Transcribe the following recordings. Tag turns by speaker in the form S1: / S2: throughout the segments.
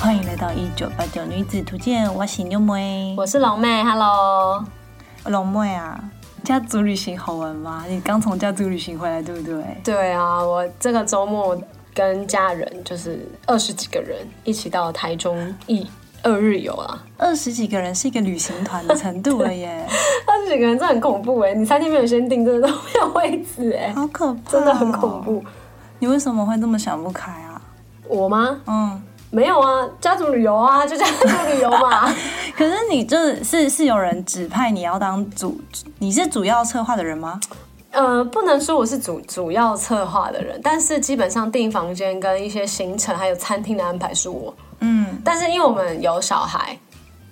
S1: 欢迎来到一九八九女子图鉴，我是妞妹。
S2: 我是龙妹，Hello。
S1: 龙妹啊，家族旅行好玩吗？你刚从家族旅行回来，对不对？
S2: 对啊，我这个周末跟家人就是二十几个人一起到台中一二日游啊，
S1: 二十几个人是一个旅行团的程度了 耶，
S2: 二十几个人真的很恐怖哎、你三天没有先订，真的都没有位置 哎、
S1: 好可怕、哦
S2: 真的很恐。怖。
S1: 你为什么会这么想不开啊？
S2: 我吗？
S1: 嗯，
S2: 没有啊，家族旅游啊，就家 族旅游嘛。
S1: 可是你这是是有人指派你要当主，你是主要策划的人吗？
S2: 呃，不能说我是主主要策划的人，但是基本上订房间跟一些行程还有餐厅的安排是我。
S1: 嗯，
S2: 但是因为我们有小孩，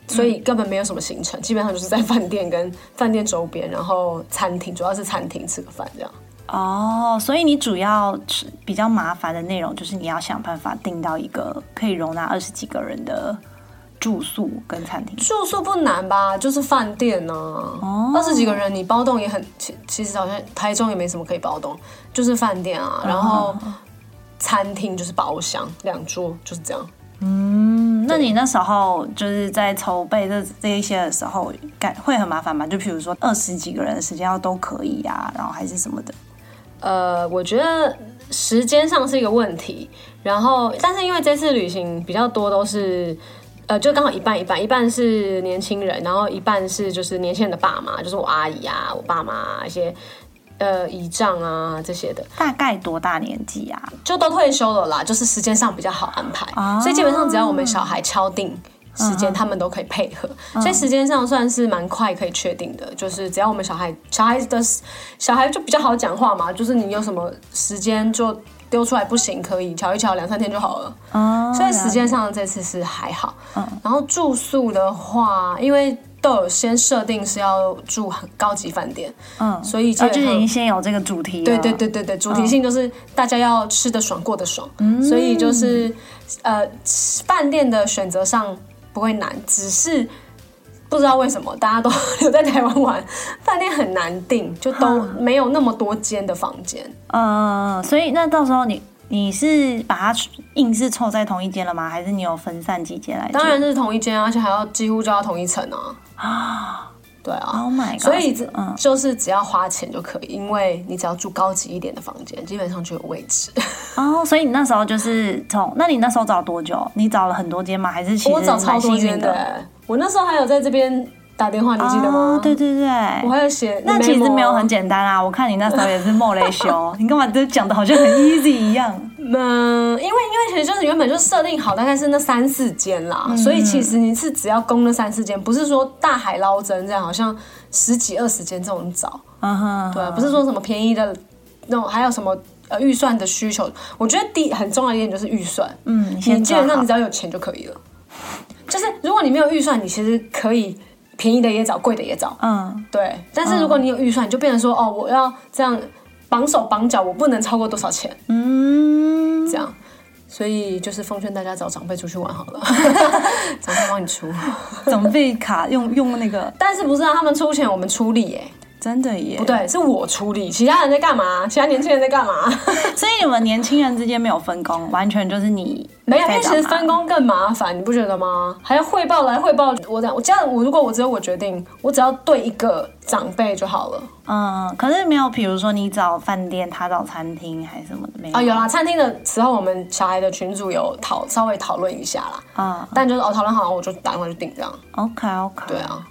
S2: 所以根本没有什么行程，基本上就是在饭店跟饭店周边，然后餐厅主要是餐厅吃个饭这样。
S1: 哦，所以你主要是比较麻烦的内容就是你要想办法订到一个可以容纳二十几个人的住宿跟餐厅。
S2: 住宿不难吧，就是饭店呢、
S1: 哦
S2: 二十、几个人你包栋也很，其其实好像台中也没什么可以包栋，就是饭店啊，然后餐厅就是包厢两桌就是这样。
S1: 嗯，那你那时候就是在筹备这这一些的时候，感会很麻烦吗？就比如说二十几个人的时间要都可以啊，然后还是什么的。
S2: 呃，我觉得时间上是一个问题，然后但是因为这次旅行比较多都是。呃，就刚好一半一半，一半是年轻人，然后一半是就是年轻人的爸妈，就是我阿姨啊、我爸妈、啊、一些呃姨丈啊这些的，
S1: 大概多大年纪啊？
S2: 就都退休了啦，就是时间上比较好安排，所以基本上只要我们小孩敲定时间，他们都可以配合，
S1: 嗯
S2: 所以时间上算是蛮快可以确定的。就是只要我们小孩小孩的小孩就比较好讲话嘛，就是你有什么时间就丢出来，不行可以瞧一瞧，两三天就好了。
S1: 哦，嗯
S2: 所以时间上这次是还好。然后住宿的话，因为都有先设定是要住很高级饭店，
S1: 嗯，
S2: 所以基
S1: 哦，
S2: 本
S1: 就
S2: 上
S1: 已经先有这个主题了。
S2: 呃对对对对对，主题性就是大家要吃得爽，过得爽，
S1: 嗯
S2: 所以就是呃，吃饭店的选择上不会难，只是不知道为什么大家都 留在台湾玩，饭店很难订，就都没有那么多间的房间。
S1: 嗯，所以那到时候你你是把它硬是凑在同一间了吗？还是你有分散几间来？
S2: 当然是同一间啊，而且还要几乎就要同一层啊。啊，对啊
S1: ，Oh。my god！
S2: 所以这
S1: 嗯，
S2: 就是只要花钱就可以，因为你只要住高级一点的房间，基本上就有位置。
S1: 哦，所以你那时候就是从，那你那时候找多久？你找了很多间吗？还是其实
S2: 我找超
S1: 蛮
S2: 多
S1: 幸
S2: 间
S1: 运
S2: 的
S1: 的？
S2: 欸，我那时候还有在这边打电话，你记得吗？
S1: 哦对对对。
S2: 我还有写 memo，
S1: 那其实没有很简单啊，我看你那时候也是莫雷修， 你干嘛这讲的好像很 easy 一样？
S2: 嗯，因为因为其实就是原本就设定好大概是那三四间啦，
S1: 嗯
S2: 所以其实你是只要攻那三四间，不是说大海捞针这样，好像十几二十间这种找，
S1: 嗯哼，
S2: 对啊，不是说什么便宜的那种，还有什么呃预算的需求，我觉得第一很重要的一点就是预算，
S1: 嗯，你
S2: 你
S1: 先
S2: 基本
S1: 抓
S2: 上
S1: 好
S2: 你只要有钱就可以了，就是如果你没有预算，你其实可以便宜的也找，贵的也找，
S1: 嗯，
S2: 对，但是如果你有预算，你就变成说，哦，我要这样绑手绑脚，我不能超过多少钱，
S1: 嗯，
S2: 这样。所以就是奉劝大家找长辈出去玩好 了，长辈帮你出。
S1: 准备卡用用那个，
S2: 但是不是啊让他们出钱，我们出力耶、
S1: 真的耶，
S2: 不对，是我出力，其他人在干嘛？其他年轻人在干嘛？
S1: 所以你们年轻人之间没有分工，完全就是你
S2: 没有，因
S1: 在
S2: 为其
S1: 干
S2: 实
S1: 嘛
S2: 分工更麻烦，你不觉得吗？还要汇报来汇报，我这样我这样，我如果我只有我决定，我只要对一个长辈就好了。
S1: 嗯，可是没有，比如说你找饭店，他找餐厅还是什么的，哦没有
S2: 啊，有啦，餐厅的时候我们小孩的群组有讨稍微讨论一下啦，
S1: 啊、
S2: 但就是哦，讨论好，我就打电话去订这样。
S1: o k OK，
S2: 对。啊，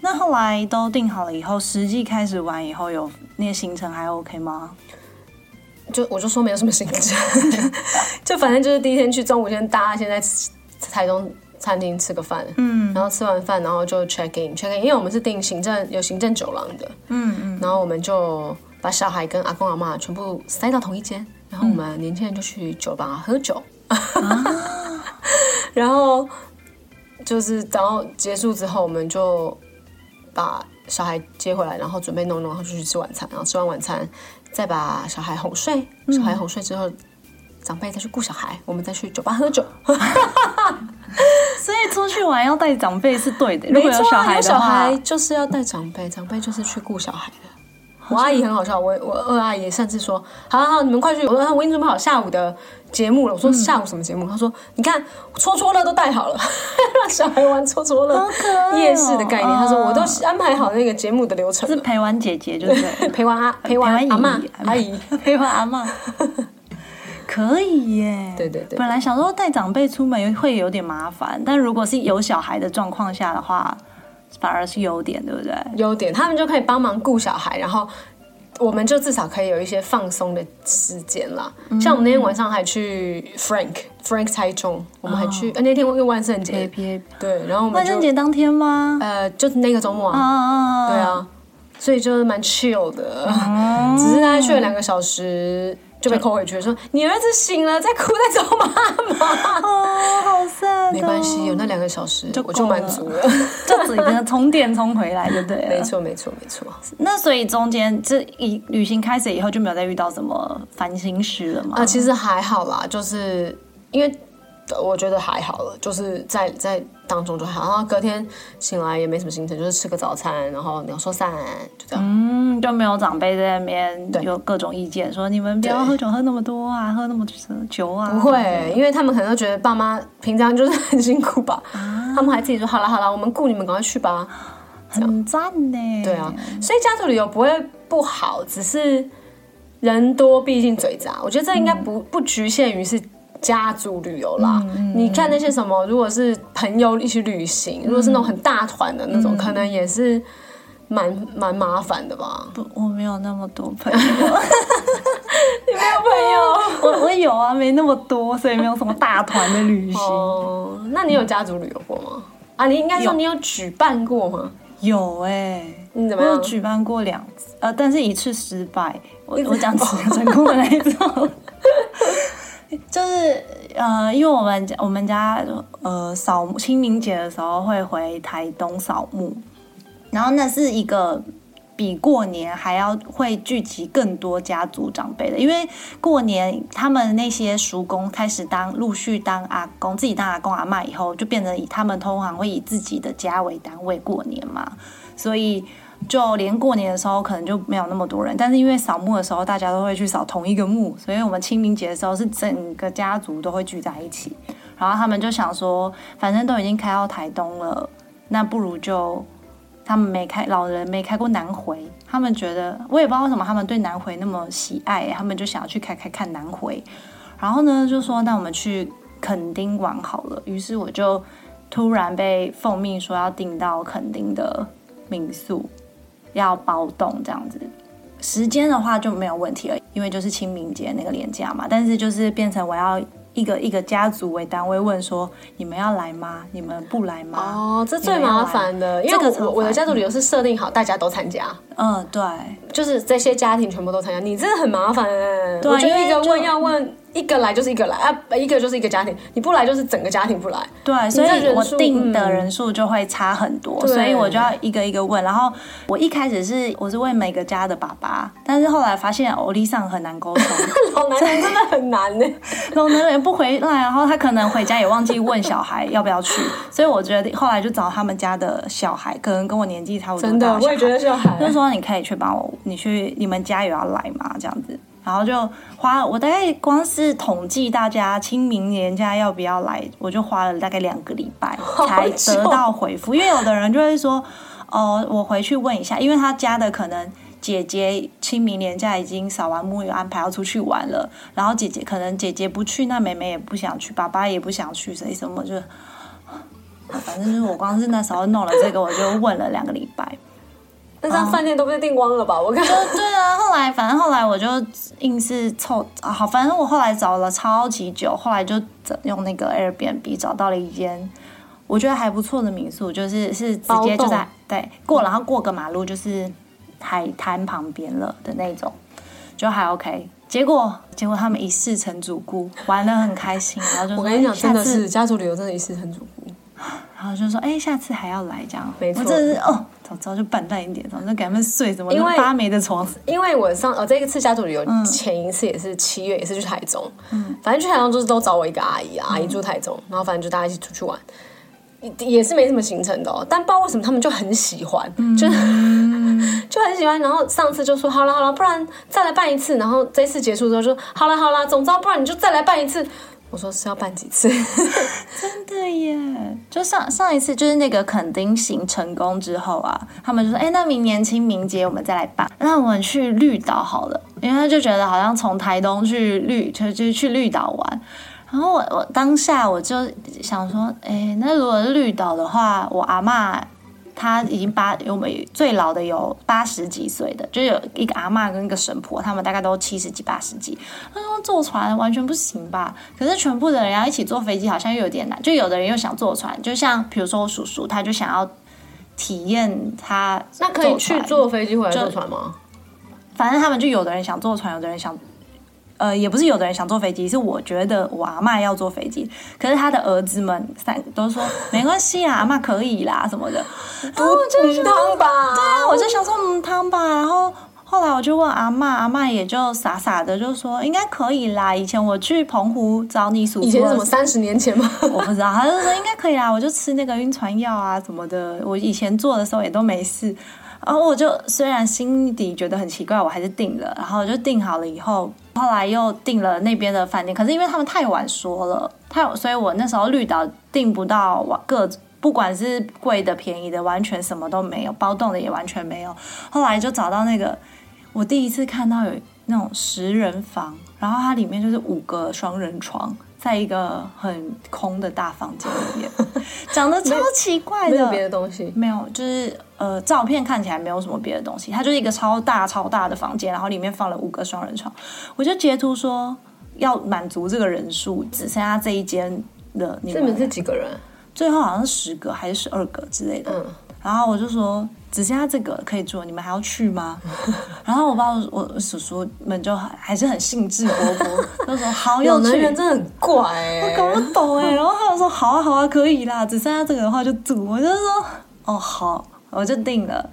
S1: 那后来都定好了以后，实际开始玩以后有那些行程还 OK 吗？
S2: 就我就说没有什么行程， 就反正就是第一天去，中午先搭，先在台中餐厅吃个饭，嗯，然后吃完饭，然后就 check in，check in，因为我们是订行政有行政酒廊的，嗯嗯，然后我们就把小孩跟阿公阿妈全部塞到同一间，然后我们年轻人就去酒吧喝酒， 然后就是然后结束之后，我们就把小孩接回来，然后准备弄弄，然后就去吃晚餐，然后吃完晚餐再把小孩哄睡，小孩哄睡之后，长辈再去顾小孩，我们再去酒吧喝酒。
S1: 所以出去玩要带长辈是对的，如果
S2: 没错
S1: 小孩
S2: 有
S1: 的
S2: 小
S1: 话
S2: 孩，就是要带长辈，长辈就是去顾小孩的。我阿姨很好笑，我我二阿姨甚至说：“好好好，你们快去！”我说：“我已经准备好下午的节目
S1: 嗯
S2: 了。”我说：“下午什么节目？”她说：“你看，戳戳乐都带好了， 让小孩玩戳戳乐
S1: 好可爱哦，
S2: 夜市的概念。”她说：“
S1: 嗯
S2: 我都安排好那个节目的流程
S1: 是
S2: 了，
S1: 陪玩姐姐，就是
S2: 陪玩阿 陪玩阿妈阿姨。”，
S1: 陪玩阿 妈。可以耶，
S2: 对对对
S1: 本来想说带长辈出门会有点麻烦，但如果是有小孩的状况下的话，反而是优点，对不对？
S2: 优点，他们就可以帮忙顾小孩，然后我们就至少可以有一些放松的时间啦。
S1: 嗯
S2: 像我们那天晚上还去 Frank Frank 台中，我们还去、呃那天又万圣节，对，然后我们
S1: 啊万
S2: 就
S1: 圣节当天吗？
S2: 呃就是那个周末啊，
S1: 啊，
S2: 对，啊，所以就是蛮 chill 的，只是大概去了两个小时。就被扣回去了说你儿子醒了，在哭，在找妈妈。
S1: 哦，好 sad，
S2: 没关系，有，那两个小时，
S1: 就
S2: 我就
S1: 够了
S2: 满足了。
S1: 就只能从点冲回来就对
S2: 没
S1: 了。
S2: 错，没错，没错。
S1: 那所以中间这一旅行开始以后就没有再遇到什么烦心事了吗？
S2: 啊，其实还好啦，就是因为呃我觉得还好了，就是在在当中就还好。然后隔天醒来也没什么行程，就是吃个早餐，然后鸟兽散，就这样。
S1: 嗯，就没有长辈在那边
S2: 对
S1: 有各种意见，说你们不要
S2: 对
S1: 喝酒喝那么多啊，喝那么酒啊。
S2: 不会，因为他们可能都觉得爸妈平常就是 很辛苦吧，他们还自己说好啦好啦，我们雇你们赶快去吧。
S1: 很赞呢。
S2: 对啊，，所以家族旅游不会不好，只是人多毕竟嘴杂。我觉得这应该不、不局限于是家族旅游啦。
S1: 嗯
S2: 你看那些什么，如果是朋友一起旅
S1: 嗯
S2: 行，如果是那种很大团的那种，可能也是蛮蛮麻烦的吧。
S1: 不，我没有那么多朋 友，
S2: 你没有朋友？
S1: 我我有啊，没那么多，所以没有什么大团的旅行。
S2: 哦，那你有家族旅游过吗？啊，你应该
S1: 有
S2: 说你有举办过吗？
S1: 有哎、
S2: 你怎么
S1: 我有
S2: 样？
S1: 举办过两次，呃，但是一次失败，我我讲成功的那一种，就是呃，因为我们家我们家呃扫墓清明节的时候会回台东扫墓，然后那是一个比过年还要会聚集更多家族长辈的，因为过年他们那些叔公开始当陆续当阿公，自己当阿公阿嬷以后，就变成以他们通常会以自己的家为单位过年嘛，所以。就连过年的时候可能就没有那么多人，但是因为扫墓的时候大家都会去扫同一个墓，所以我们清明节的时候是整个家族都会聚在一起。然后他们就想说，反正都已经开到台东了，那不如就他们没开，老人没开过南回，他们觉得我也不知道为什么他们对南回那么喜爱，欸他们就想要去开开看南回。然后呢，就说那我们去垦丁玩好了。于是我就突然被奉命说要订到垦丁的民宿，要包栋这样子。时间的话就没有问题了，因为就是清明节那个年假嘛。但是就是变成我要一个一个家族为单位问说，你们要来吗？你们不来吗？
S2: 哦，这最麻烦的，
S1: 啊
S2: 因
S1: 这个
S2: 为
S1: 超
S2: 我我的
S1: 烦
S2: 家族旅游是设定好大家都参加，
S1: 嗯，对。
S2: 就是这些家庭全部都参加，你真的很麻烦哎、
S1: 对
S2: 我觉
S1: 因
S2: 得
S1: 为
S2: 一个
S1: 就
S2: 问要问一个来就是一个来啊，一个就是一个家庭，你不来就是整个家庭不来。
S1: 对，
S2: 你
S1: 所
S2: 这
S1: 以
S2: 人
S1: 我
S2: 数
S1: 定的
S2: 嗯
S1: 人数就会差很多，
S2: 对
S1: 所以我就要一个一个问。然后我一开始是我是问每个家的爸爸，但是后来发现欧丽上很难沟 通，
S2: 老男人真的很难呢、
S1: 老男人不回来，然后他可能回家也忘记问小孩要不要去，所以我觉得后来就找他们家的小孩，可能跟我年纪差不多
S2: 真
S1: 大
S2: 的，
S1: 小
S2: 我也觉
S1: 孩
S2: 得小孩
S1: 就说你可以去帮我，你去你们家有要来吗？这样子，然后就花我大概光是统计大家清明年假要不要来，我就花了大概两个礼拜才得到回复，因为有的人就会说，哦，我回去问一下，因为他家的可能。姐姐清明年假已经扫完墓，有安排要出去玩了。然后姐姐可能姐姐不去，那妹妹也不想去，爸爸也不想去，所以什么就，啊反正就是我光是那时候弄了这个，我就问了两个礼拜。
S2: 那这样饭店都被订光了吧？我看
S1: 对啊，后来反正后来我就硬是凑啊，好，反正我后来找了超级久，后来就找用那个 Airbnb 找到了一间我觉得还不错的民宿，就是是直接就
S2: 包
S1: 在对过，然后过个马路就是海滩旁边了的那种，就还 OK。结果结果他们一试成主顾，玩的很开心，然后就说
S2: 我跟你讲，
S1: 哎
S2: 真的
S1: 下次
S2: 是家族旅游真的一世很主顾。
S1: 然后就说：“哎、下次还要来这样。”
S2: 没错
S1: 我真的是哦，早知道就笨蛋一点，早知道给他们睡什么
S2: 因为
S1: 发霉的床。
S2: 因为我上呃这一次家族旅游前一次也是七月，也是去台中，反正去台中就是都找我一个阿姨啊，阿姨住台中，然后反正就大家一起出去玩，也也是没什么行程的哦。但不知道为什么他们就很喜欢，就是。 就很喜欢。然后上次就说好了好了，不然再来办一次。然后这次结束之后就好了好了，总之不然你就再来办一次。我说是要办几次？
S1: 真的耶！就上上一次就是那个垦丁行成功之后啊，他们就说：“哎、那明年清明节我们再来办，那我们去绿岛好了。”因为他就觉得好像从台东去绿，就就是去绿岛玩。然后我我当下我就想说：“哎、那如果是绿岛的话，我阿嬷她已经八，我们最老的有八十几岁的，就有一个阿嬷跟一个神婆，他们大概都七十几、八十几。他说坐船完全不行吧？可是全部的人要一起坐飞机，好像又有点难。就有的人又想坐船，就像比如说我叔叔，他就想要体验他
S2: 那可以
S1: 坐
S2: 去
S1: 船
S2: 坐飞机回来
S1: 就
S2: 坐船吗？
S1: 反正他们就有的人想坐船，有的人想，呃，也不是有的人想坐飞机，是我觉得我阿嬷要坐飞机，可是他的儿子们三都说没关系啊，阿嬷可以啦什么的。然后我就
S2: 鱼
S1: 想
S2: 汤吧。对
S1: 啊，我就想说嗯汤吧，然后。后来我就问阿嬷，阿嬷也就傻傻的就说应该可以啦。以前我去澎湖找你叔叔的啊
S2: 以
S1: 时
S2: 前
S1: 候，
S2: 是什么三十年前吗？
S1: 我不知道，他就说应该可以啊啦，我就吃那个晕船药啊什么的，我以前做的时候也都没事。然后我就虽然心底觉得很奇怪，我还是订了，然后我就订好了以后，后来又订了那边的饭店，可是因为他们太晚说了，太晚所以我那时候绿岛订不到我各。不管是贵的、便宜的，完全什么都没有，包栋的也完全没有。后来就找到那个，我第一次看到有那种十人房，然后它里面就是五个双人床，在一个很空的大房间里面，长得超奇怪
S2: 没
S1: 的
S2: 有，别的东西。
S1: 没有，就是呃，照片看起来没有什么别的东西，它就是一个超大超大的房间，然后里面放了五个双人床。我就截图说要满足这个人数，只剩下这一间了。你
S2: 这们
S1: 们
S2: 是几个人？
S1: 最后好像是十个还是十二个之类的。
S2: 嗯，
S1: 然后我就说只剩下这个可以做，你们还要去吗？ 然后我爸我我叔叔们就还还是很兴致勃勃，就说好
S2: 有
S1: 要
S2: 的
S1: 去。
S2: 人真的很怪哎、
S1: 搞不懂哎、然后他们说好啊好啊可以啦，只剩下这个的话就赌，我就说哦好，我就定了。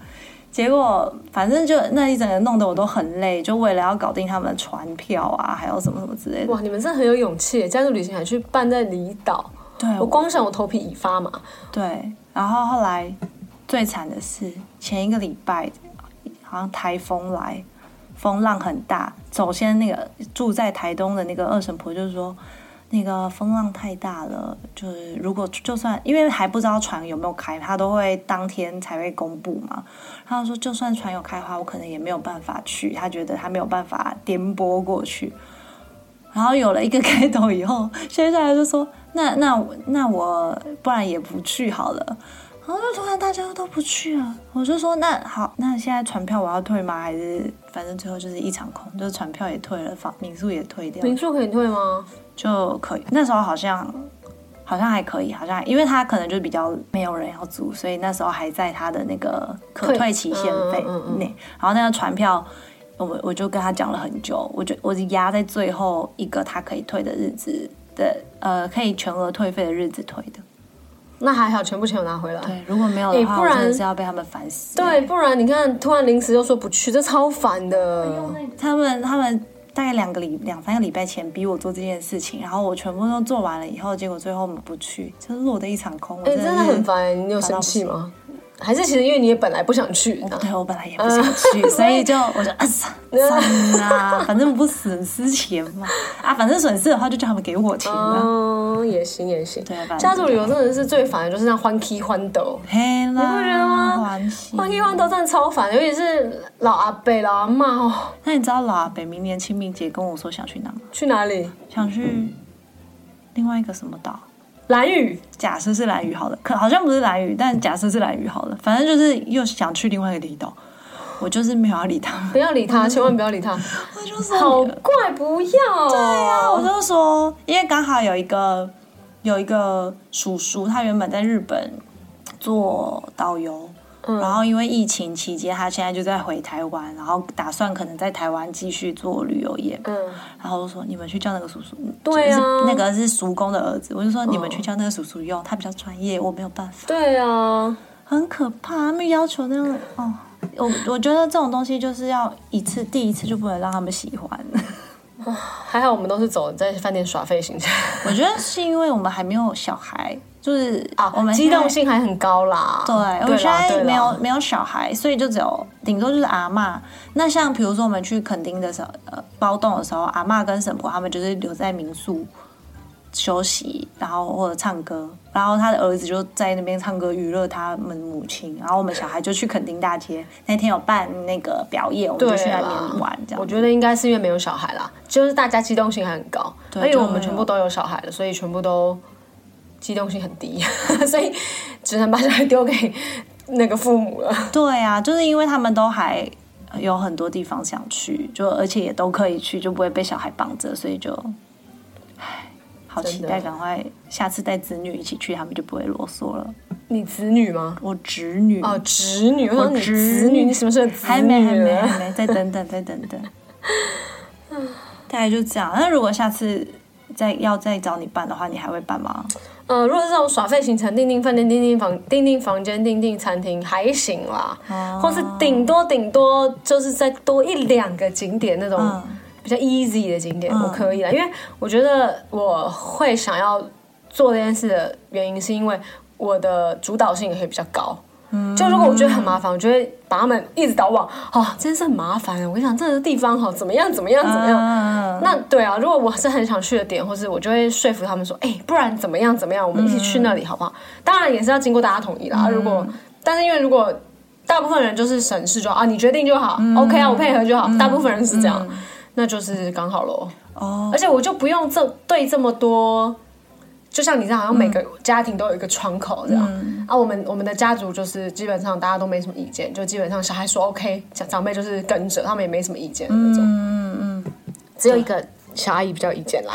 S1: 结果反正就那一整个弄得我都很累，就为了要搞定他们的船票啊，还有什么什么之类的。
S2: 哇，你们真的很有勇气耶，家族旅行还去办在离岛。
S1: 对，
S2: 我光想我头皮已发麻。
S1: 对，然后后来最惨的是前一个礼拜，好像台风来，风浪很大。首先那个住在台东的那个二婶婆就是说，那个风浪太大了，就是如果就算因为还不知道船有没有开，她都会当天才会公布嘛。她就说就算船有开的话，我可能也没有办法去，她觉得她没有办法颠簸过去。然后有了一个开头以后， 薛下来就说：“那那我那我不然也不去好了。”然后就突然大家都不去了，我就说：“那好，那现在船票我要退吗？还是反正最后就是一场空，就是船票也退了，房民宿也退掉，
S2: 民宿可以退吗？
S1: 就可以。那时候好像好像还可以，好像还因为他可能就比较没有人要租，所以那时候还在他的那个可
S2: 退
S1: 退期限费内。
S2: 嗯嗯嗯
S1: 然后那个船票，我我就跟他讲了很久，我就我就压在最后一个他可以退的日子的，呃，可以全额退费的日子退的。
S2: 那还好，全部钱有拿回来。
S1: 对，如果没有的话，
S2: 哎不然
S1: 我真的是要被他们烦死。
S2: 对，不然你看，突然临时又说不去，这超烦的。
S1: 他们他们大概两个礼两三个礼拜前逼我做这件事情，然后我全部都做完了以后，结果最后我们不去，就是落得一场空。我
S2: 哎、
S1: 真
S2: 真的
S1: 是
S2: 很烦欸、你有生气吗？还是其实因为你也本来不想去呢？
S1: 对我本来也不想去，嗯所以嗯就我就啊算算啦，反正不损失钱嘛，啊，反正损失的话就叫他们给我钱啦，
S2: 嗯，也行也行。
S1: 对反正
S2: 家族旅游真的是最烦的，就是那欢 k 欢斗。
S1: 嘿啦，
S2: 你不觉得吗
S1: 欢喜。
S2: 换一换都真的超烦，尤其是老阿伯、老阿妈哦，
S1: 那你知道老阿北明年清明节跟我说想去哪吗？
S2: 去哪里？
S1: 想去另外一个什么岛？
S2: 蓝屿，
S1: 假设是蓝屿好了，可好像不是蓝屿，但假设是蓝屿好了，反正就是又想去另外一个离岛，我就是没有要理他们，
S2: 不要理
S1: 嗯
S2: 他，千万不要 理他，
S1: 我就
S2: 好怪，不要。对
S1: 对啊，我就说，因为刚好有一个有一个叔叔，他原本在日本做导游，
S2: 嗯
S1: 然后因为疫情期间，他现在就在回台湾，然后打算可能在台湾继续做旅游业。
S2: 嗯，
S1: 然后我就说你们去叫那个叔叔，
S2: 对啊
S1: 就是那个是叔公的儿子，我就说你们去叫那个叔叔用，他比较专业，我没有办法，
S2: 对啊，
S1: 很可怕，他们要求那样哦。我我觉得这种东西就是要一次，第一次就不能让他们喜欢。
S2: 还好我们都是走在饭店耍废型。
S1: 我觉得是因为我们还没有小孩，就是
S2: 啊，
S1: 我们
S2: 机
S1: 现在
S2: 动性还很高啦。
S1: 对，我
S2: 对
S1: 们现
S2: 啦，对
S1: 在
S2: 啦
S1: 没有没有小孩，所以就只有顶多就是阿嬷。那像比如说我们去垦丁的时候，呃，包栋的时候，阿嬷跟婶婆他们就是留在民宿休息，然后或者唱歌，然后他的儿子就在那边唱歌娱乐他们母亲，然后我们小孩就去垦丁大街，那天有办那个表演，我们就去那边玩这样。
S2: 我觉得应该是因为没有小孩啦，就是大家机动性还很高，
S1: 对
S2: 而且我
S1: 就
S2: 们全部都有小孩了，所以全部都机动性很低， 所以只能把小孩丢给那个父母了。
S1: 对啊，就是因为他们都还有很多地方想去，就而且也都可以去，就不会被小孩绑着，所以就，唉，好期
S2: 真的
S1: 待赶快下次带子女一起去，他们就不会啰嗦了。
S2: 你子女吗？
S1: 我侄女
S2: 哦，侄女，我
S1: 我
S2: 说你
S1: 侄
S2: 子
S1: 女
S2: 女，你什么时候子女啊
S1: 还没还没
S2: 了
S1: 还没，再等等 再等 等。大概就这样。那如果下次再要再找你办的话，你还会办吗？
S2: 呃，如果是这种耍废行程，订订饭店、订订房、订订房间、订订餐厅还行啦，
S1: 哦
S2: 或是顶多顶多就是再多一两个景点那种
S1: 嗯
S2: 比较 easy 的景点，我可以啦，因为我觉得我会想要做这件事的原因，是因为我的主导性也可以比较高。
S1: 嗯
S2: 就如果我觉得很麻烦，我就会把他们一直导往哦，真是很麻烦。我跟你讲，这个地方哈，怎么样怎么样怎么样，
S1: 嗯，
S2: 那对啊，如果我是很想去的点，或是我就会说服他们说，哎、不然怎么样怎么样，我们一起去那里好不好？当然也是要经过大家同意啦。如果，但是因为如果大部分人就是省事就好啊，你决定就好、o k 啊，我配合就好。大部分人是这样，那就是刚好喽。
S1: 哦，
S2: 而且我就不用这对这么多，就像你这样，好像每个家庭都有一个窗口这样。啊，我们我们的家族就是基本上大家都没什么意见，就基本上小孩说 OK，长长辈就是跟着，他们也没什么意见的那种。嗯嗯只有一个小阿姨比较有意见啦。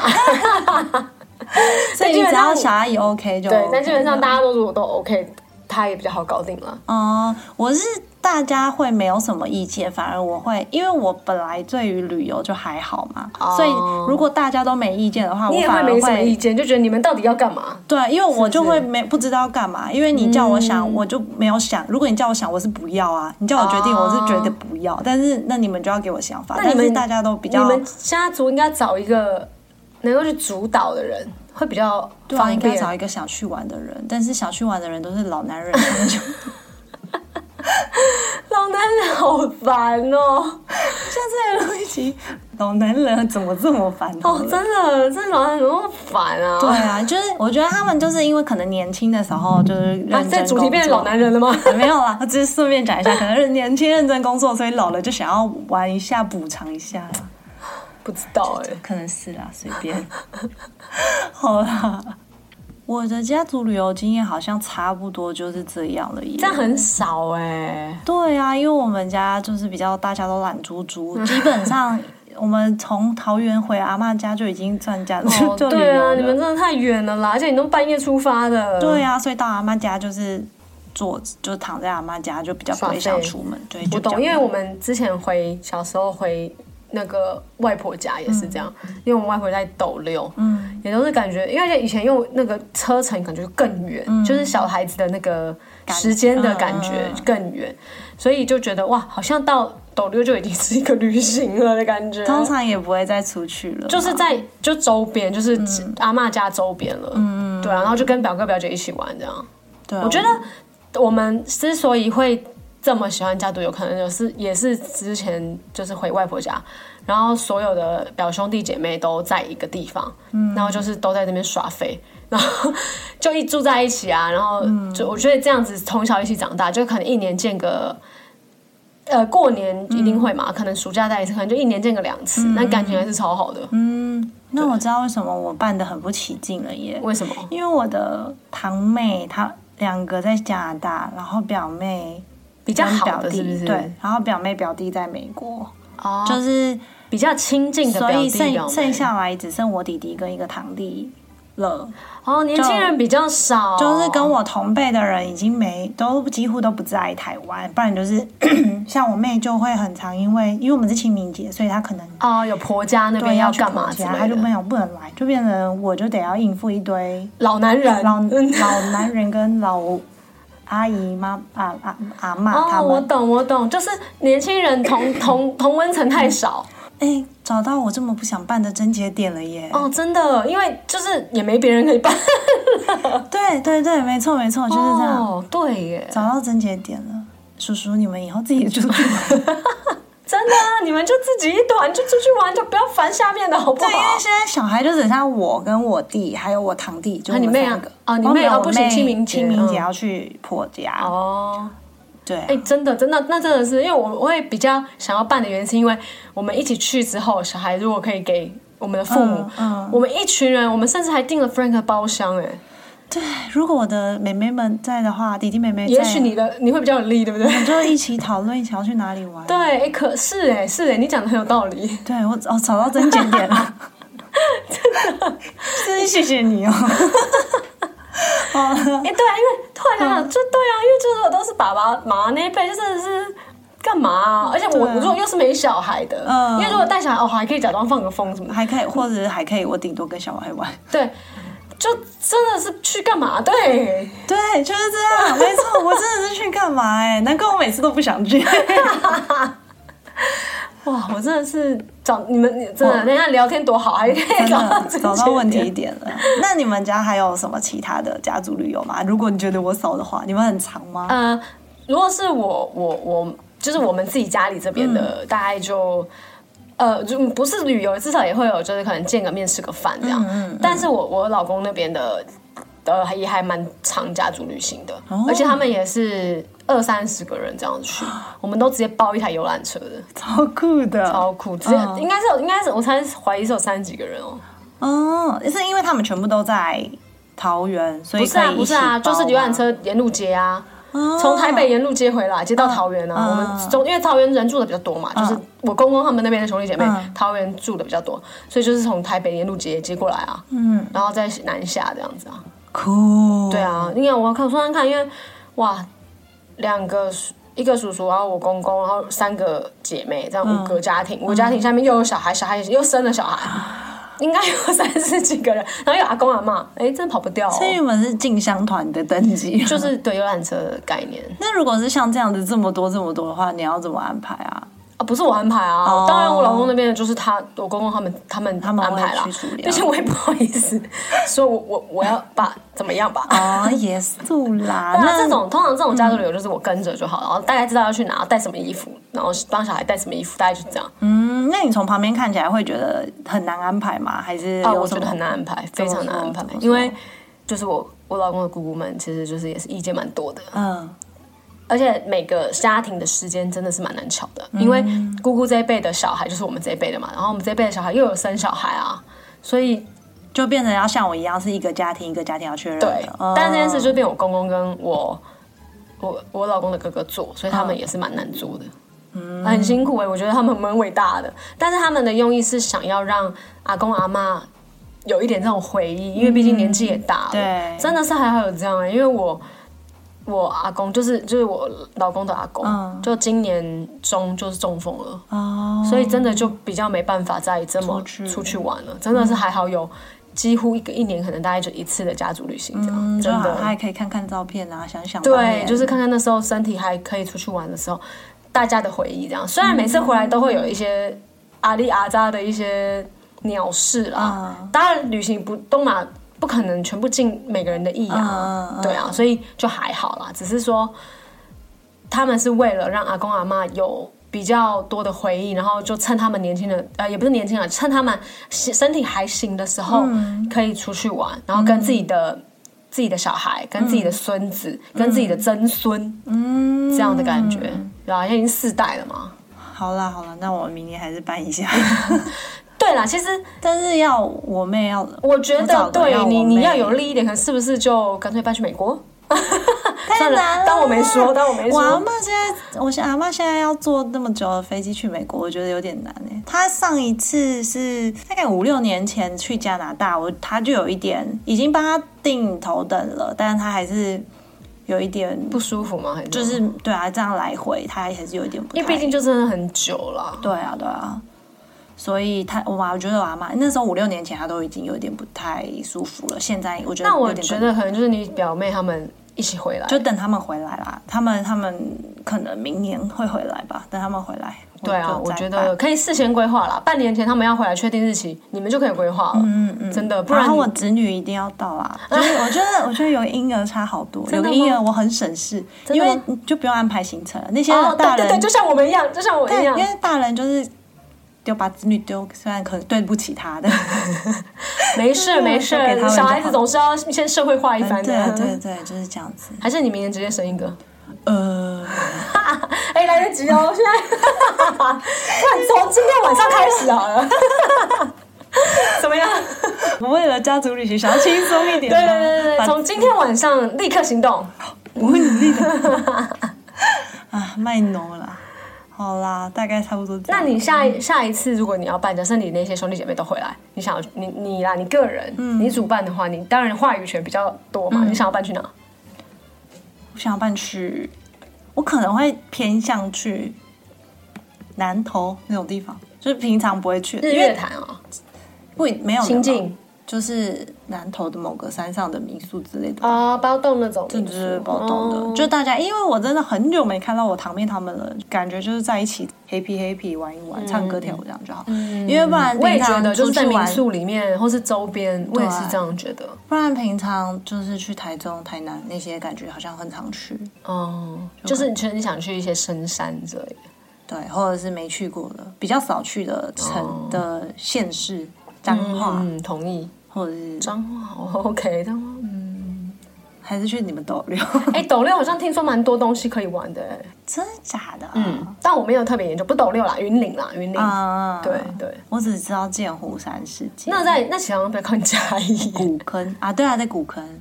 S1: 所以你只要小阿姨 OK 就 OK
S2: 对，但基本上大家都如果都 OK，他也比较好搞定了。
S1: 哦、我是大家会没有什么意见，反而我会，因为我本来对于旅游就还好嘛
S2: 哦
S1: 所以如果大家都没意见的话，
S2: 你
S1: 我
S2: 也
S1: 反
S2: 会
S1: 而
S2: 没什么意见，就觉得你们到底要干嘛？
S1: 对，因为我就会没不知道干嘛，因为你叫我想，
S2: 嗯
S1: 我就没有想。如果你叫我想，我是不要啊；你叫我决定，
S2: 哦
S1: 我是觉得不要。但是那你们就要给我想法，
S2: 那你
S1: 但
S2: 们
S1: 是大家都比
S2: 你
S1: 较
S2: 们家族应该找一个能够去主导的人，会比较
S1: 对啊，
S2: 方
S1: 应
S2: 便
S1: 该。找一个想去玩的人，但是想去玩的人都是老男人， 他们就
S2: 老男人好烦哦！
S1: 下次来录一集老男人怎么这么烦
S2: 哦，真的，这老男人怎么那么烦啊？
S1: 对啊，就是我觉得他们就是因为可能年轻的时候就是认真、啊
S2: 啊，在主题变成老男。人了吗？
S1: 没有啦，我只是顺便讲一下，可能是年轻认真工作，所以老了就想要玩一下补偿一下啦，
S2: 不知道哎、
S1: 可能是啦，随便。 好啦，我的家族旅游经验好像差不多就是这样了耶。
S2: 这样很少 哎、
S1: 对啊，因为我们家就是比较大家都懒猪猪，基本上我们从桃园回阿嬷家就已经算家族、
S2: 哦，
S1: 就旅
S2: 对
S1: 游
S2: 啊，
S1: 了
S2: 你们真的太远了啦，而且你都半夜出发的。
S1: 对啊，所以到阿妈家就是坐，就躺在阿妈家，就比较不会想出门。对，就
S2: 我
S1: 比较
S2: 懂，因为我们之前回小时候回那个外婆家也是这样，因为我们外婆在斗六，嗯，也都是感觉，因为以前用那个车程感觉更远，就是小孩子的那个时间的嗯感觉
S1: 嗯嗯
S2: 更远，所以就觉得哇，好像到斗六就已经是一个旅行了的感觉。
S1: 通常也不会再出去了，
S2: 就是在就周边，就是阿嬷家周边了，嗯，对啊，然后就跟表哥表姐一起玩这样，
S1: 对啊，
S2: 我觉得我们之所以会这么喜欢家族，有可能就是也是之前就是回外婆家，然后所有的表兄弟姐妹都在一个地方，
S1: 嗯
S2: 然后就是都在那边耍废， 然后就一住在一起啊，然后
S1: 嗯
S2: 就我觉得这样子从小一起长大，就可能一年见个。呃，过年一定会嘛，
S1: 嗯
S2: 可能暑假再一次，可能就一年见个两次，那感情还是超好的。
S1: 嗯那我知道为什么我办的很不起劲了耶，
S2: 为什么？
S1: 因为我的堂妹她两个在加拿大，然后表妹
S2: 比
S1: 比
S2: 较好
S1: 表
S2: 的
S1: 弟
S2: 是不是？
S1: 对，，然后表妹表弟在美国，
S2: 哦，
S1: 就是
S2: 比较亲近的
S1: 所
S2: 表
S1: 以
S2: 弟表
S1: 剩剩
S2: 妹
S1: 下来只剩我弟弟跟一个堂弟了。
S2: 哦，年轻人比较少，
S1: 就是跟我同辈的人已经没都几乎都不在台湾，不然就是 像我妹就会很常因为因为我们是清明节，所以她可能
S2: 哦，有婆家那
S1: 对
S2: 边
S1: 要去
S2: 干嘛
S1: 婆
S2: 之
S1: 家，她
S2: 类
S1: 就
S2: 的。
S1: 没有不能来，就变成我就得要应付一堆
S2: 老男人，
S1: 老
S2: 嗯
S1: 老男人跟老阿姨妈啊啊阿妈他
S2: 哦，我
S1: 们。
S2: 懂我懂，就是年轻人同同同温层太少，
S1: 哎、找到我这么不想办的症结点了耶！
S2: 哦，真的，因为就是也没别人可以办，
S1: 对对对，没错没错，就是这样，
S2: 哦，对耶，
S1: 找到症结点了。叔叔，你们以后自己出去玩。
S2: 真的啊，你们就自己一团就出去玩，就不要烦下面的好不
S1: 对，因为
S2: 好？
S1: 现在小孩就只剩下我跟我弟，还有我堂弟，就
S2: 啊
S1: 我
S2: 你
S1: 们
S2: 妹啊
S1: 三个。
S2: 哦你
S1: 哦
S2: 妹
S1: 没有
S2: 哦
S1: 我
S2: 不行
S1: 妹
S2: 清明节
S1: 清明节
S2: 嗯
S1: 要去婆家。
S2: 哦，
S1: 对啊，
S2: 哎、真的，真的，那真的是，因为我我会比较想要办的原因，是因为我们一起去之后，小孩如果可以给我们的父母，
S1: 嗯嗯
S2: 我们一群人，我们甚至还订了 Frank 的包厢、哎，
S1: 对，如果我的妹妹们在的话，弟弟妹妹在，
S2: 也许你的你会比较有力，对不对？
S1: 我们就一起讨论想要去哪里玩。
S2: 对，哎、可是哎、是哎、你讲的很有道 理。
S1: 对，我哦找到症结点 了，真的，真谢谢你哦。好了
S2: 哎、对啊，因为突
S1: 嗯
S2: 然想想，就对啊，因为就是我都是爸爸妈妈那一辈，就真的是干嘛啊、而且我、
S1: 对啊
S2: 如果又是没小孩的，
S1: 嗯
S2: 因为如果带小孩，哦，还可以假装放个风什么的，
S1: 还可以，或者是还可以，我顶多跟小孩玩。
S2: 对，就真的是去干嘛？对，
S1: 对，就是这样，没错，我真的是去干嘛、哎，难怪我每次都不想去。
S2: 哇，我真的是找你们，你真的人家聊天多好，还可以
S1: 真
S2: 找到
S1: 的
S2: 正
S1: 找到
S2: 确
S1: 问
S2: 点
S1: 题。点了。那你们家还有什么其他的家族旅游吗？如果你觉得我少的话，你们很长吗？
S2: 呃，如果是我，我我就是我们自己家里这边的，
S1: 嗯
S2: 大概就。呃，就不是旅游，至少也会有，就是可能见个面、吃个饭这样。
S1: 嗯
S2: 但是我我老公那边的，呃，也还蛮常家族旅行的，
S1: 哦
S2: 而且他们也是二三十个人这样去，我们都直接包一台游览车的，
S1: 超酷的，
S2: 超酷！直接、
S1: 啊嗯
S2: 应该是有，应该是我才怀疑是有三十几个人哦、
S1: 哦，是因为他们全部都在桃园，所以
S2: 不是啊
S1: 可，以一
S2: 不是啊，
S1: 起包
S2: 就是游览车沿路接啊，
S1: 哦
S2: 从台北沿路接回来，接到桃园啊。
S1: 嗯
S2: 我们中因为桃园人住的比较多嘛，就是我公公他们那边的兄弟姐妹，
S1: 嗯
S2: 桃园住的比较多，所以就是从台北沿路接接过来啊，嗯，然后再南下这样子
S1: 嗯
S2: 啊。
S1: 酷，
S2: 对，啊，因为我看我算算看，因为哇，两个叔一个叔叔，然后我公公，然后三个姐妹，这样
S1: 嗯
S2: 五个家庭，五个家庭下面又有小孩，小孩又生了 小孩。应该有三十几个人，然后有阿公阿妈，哎、真的跑不掉、哦。
S1: 所以你们是进香团的等级，
S2: 就。是对游览车的概念
S1: 那如果是像这样子这么多这么多的话，你要怎么安排 啊？
S2: 啊，不是我安排啊。
S1: 哦
S2: 当然，我老公那边的就是他，我公公他们他们
S1: 他们
S2: 安排啦
S1: 会去处理。啊
S2: 毕竟我也不好意思说我，我我要把怎么样吧。
S1: 哦，也是 啦，那
S2: 那
S1: 嗯
S2: 啊这种通常这种家族旅游就是我跟着就好，然后大概知道要去哪，带什么衣服，然后帮小孩带什么衣服，大概就这样。
S1: 嗯，那你从旁边看起来会觉得很难安排吗？还是
S2: 啊，
S1: 有
S2: 我
S1: 什
S2: 觉
S1: 么
S2: 得很难安排，非常难安排
S1: 怎么，说
S2: 因为就是我我老公的姑姑们其实就是也是意见蛮多的，
S1: 嗯
S2: 而且每个家庭的时间真的是蛮难巧的，
S1: 嗯
S2: 因为姑姑这一辈的小孩就是我们这一辈的嘛，然后我们这一辈的小孩又有生小孩啊，所以
S1: 就变成要像我一样是一个家庭一个家庭要确认
S2: 对
S1: 的。嗯，
S2: 但这件事就变我公公跟我我我老公的哥哥做，所以
S1: 嗯
S2: 他们也是蛮难做的，很辛苦哎、我觉得他们蛮伟大的，但是他们的用意是想要让阿公阿妈有一点这种回忆，因为毕竟年纪也大了，
S1: 嗯对
S2: 真的是还好有这样哎、因为我。我阿公就是就是我老公的阿公，
S1: 嗯
S2: 就今年中就是中风了，
S1: 哦，
S2: 所以真的就比较没办法再这么
S1: 出去
S2: 出去玩了。真的是还好有几乎一个一年可能大概就一次的家族旅行这样，
S1: 嗯，就
S2: 真
S1: 好像
S2: 的
S1: 还可以看看照片啊，想想画
S2: 对，
S1: 面
S2: 就是看看那时候身体还可以出去玩的时候，大家的回忆这样。虽然每次回来都会有一些阿里阿扎的一些鸟事啦，当然旅行不东马不可能全部尽每个人的意啊
S1: 嗯，嗯嗯
S2: 对啊，所以就还好啦，只是说他们是为了让阿公阿妈有比较多的回忆，然后就趁他们年轻的，呃，也不是年轻人，趁他们身身体还行的时候，可以出去玩，然后跟自己的、自己的小孩、跟自己的孙子、跟自己的曾孙，嗯，这样的感觉，对啊，现在已经四代了嘛。
S1: 好啦好啦，那我明年还是办一下，
S2: 对啦，其实
S1: 但是要我妹要
S2: 我觉
S1: 我找
S2: 得
S1: 得
S2: 对
S1: 到
S2: 你，
S1: 我
S2: 你
S1: 妹
S2: 要有力一点，可能是不是就干脆搬去美 国？
S1: 太
S2: 算了
S1: 难了，
S2: 当我没说当我没说
S1: 我阿妈现在，我想阿妈现在要坐那么久的飞机去美国，我觉得有点难哎。她上一次是大概五六年前去加拿大，我她就有一点已经帮她订头等了，但是她还是有一点，
S2: 不舒服吗？还
S1: 就是是对啊，这样来回她还是有一点不太。
S2: 因为毕竟就真的很久了。
S1: 对啊，对啊。所以她，我妈，我觉得我阿妈那时候五六年前，她都已经有点不太舒服了。现在我觉得
S2: 那我
S1: 有点
S2: 觉
S1: 更
S2: 得可能就是你表妹她们一起回来。
S1: 就等他们回来啦。他们他们可能明年会回来吧，等他们回来。
S2: 对啊，
S1: 就
S2: 我
S1: 再
S2: 觉
S1: 办
S2: 得可以事先规划啦，半年前他们要回来确定日期，你们就可以规划了。嗯嗯，真的，不
S1: 然
S2: 然
S1: 后
S2: 你
S1: 我侄女一定要到 啦，就是我觉得我觉得有婴儿差好多，有
S2: 的
S1: 个
S2: 吗
S1: 婴儿我很省事，
S2: 真
S1: 因
S2: 的吗
S1: 为你就不用安排行程了，那些
S2: 哦，
S1: 大
S2: 对
S1: 人
S2: 对对，就像我们一样，就像我
S1: 对
S2: 一样
S1: 因，为大人就是丢把子女丢，虽然可能对不起他的，
S2: 没事
S1: 对
S2: 没事
S1: 就给他，们
S2: 小孩
S1: 就好
S2: 子总是要先社会化一番
S1: 对
S2: 的。啊
S1: 对对，就是这样子。
S2: 还是你明年直接生一个？
S1: 呃，
S2: 哎，来得及哦！现在， 看从今天晚上开始好了， 怎么样？
S1: 我为了家族旅行想要轻松一点
S2: 对
S1: 啊，
S2: 对对对，从今天晚上立刻行动。
S1: 我会努力 的。 啊，卖农啦，好啦，大概差不多这样。
S2: 那你下一下一次，如果你要办，假设你那些兄弟姐妹都回来，你想要你你啦，你个人，你主办的话，你当然话语权比较多嘛。你想要办去哪？
S1: 我想要办去，我可能会偏向去南投那种地方，就是平常不会去的，
S2: 日
S1: 因
S2: 月
S1: 为
S2: 潭啊，
S1: 不没有
S2: 清
S1: 没有
S2: 境
S1: 就是南投的某个山上的民宿之类的。
S2: 啊，包栋那种，
S1: 这就是包懂的，
S2: 哦
S1: 就大家，因为我真的很久没看到我堂妹他们了，感觉就是在一起 happy happy 玩一玩，唱歌跳舞这样就好。因为不然
S2: 嗯我也
S1: 平
S2: 觉
S1: 常
S2: 得就是
S1: 出
S2: 在
S1: 去
S2: 民
S1: 玩，
S2: 宿里面或是周边，我也是
S1: 对
S2: 这样觉得。
S1: 不然平常就是去台中、台南那些，感觉好像很常去，
S2: 哦，就是你觉得你想去一些深山之类的。
S1: 对，或者是没去过的，比较少去的城的县市，彰化、
S2: 嗯，同意。
S1: 或者是
S2: 彰化哦，OK，彰化。嗯
S1: 还是去你们斗六，
S2: 哎、斗六好像听说蛮多东西可以玩的、哎
S1: 真的假的、啊？
S2: 嗯，但我没有特别研究，不斗六啦，云岭啦，云岭。
S1: 啊，
S2: 对对。
S1: 我只知道剑湖山世界，
S2: 那在那其实好像比较靠近 嘉义
S1: 古坑啊，对啊，在古坑，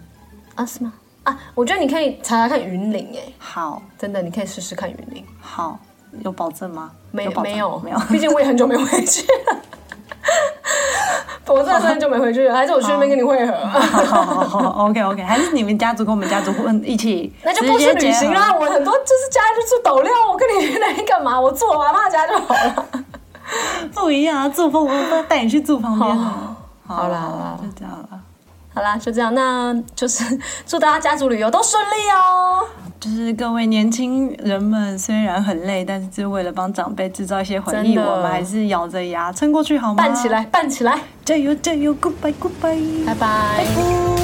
S2: 啊？是吗？啊，我觉得你可以查查看云岭，哎，
S1: 好
S2: 真的，你可以试试看云岭。
S1: 好有保证吗？
S2: 没
S1: 保证
S2: 没有
S1: 没有，
S2: 毕竟我也很久没回去 了。我真的是很久没回去了，还是我去那边跟你会 合？
S1: 好好好好，OK OK，还是你们家族跟我们家族混一起
S2: 那就
S1: 直
S2: 不去
S1: 接结
S2: 旅行
S1: 合
S2: 啦。我很多就是家就住斗六，我跟你去那里干嘛？我住我阿妈家就好了。
S1: 不一样啊，住旁我带你去住旁边啊。
S2: 好啦
S1: 好
S2: 好啦
S1: 就这样了。
S2: 好啦，就这样，那就是 祝大家家族旅游都顺利哦。
S1: 就是各位年轻人们，虽然很累，但是就是为了帮长辈制造一些回忆，
S2: 真的
S1: 我们还是咬着牙撑过去好吗？
S2: 办起，来，办起来，
S1: 加油加油，Goodbye Goodbye，
S2: 拜拜
S1: 拜。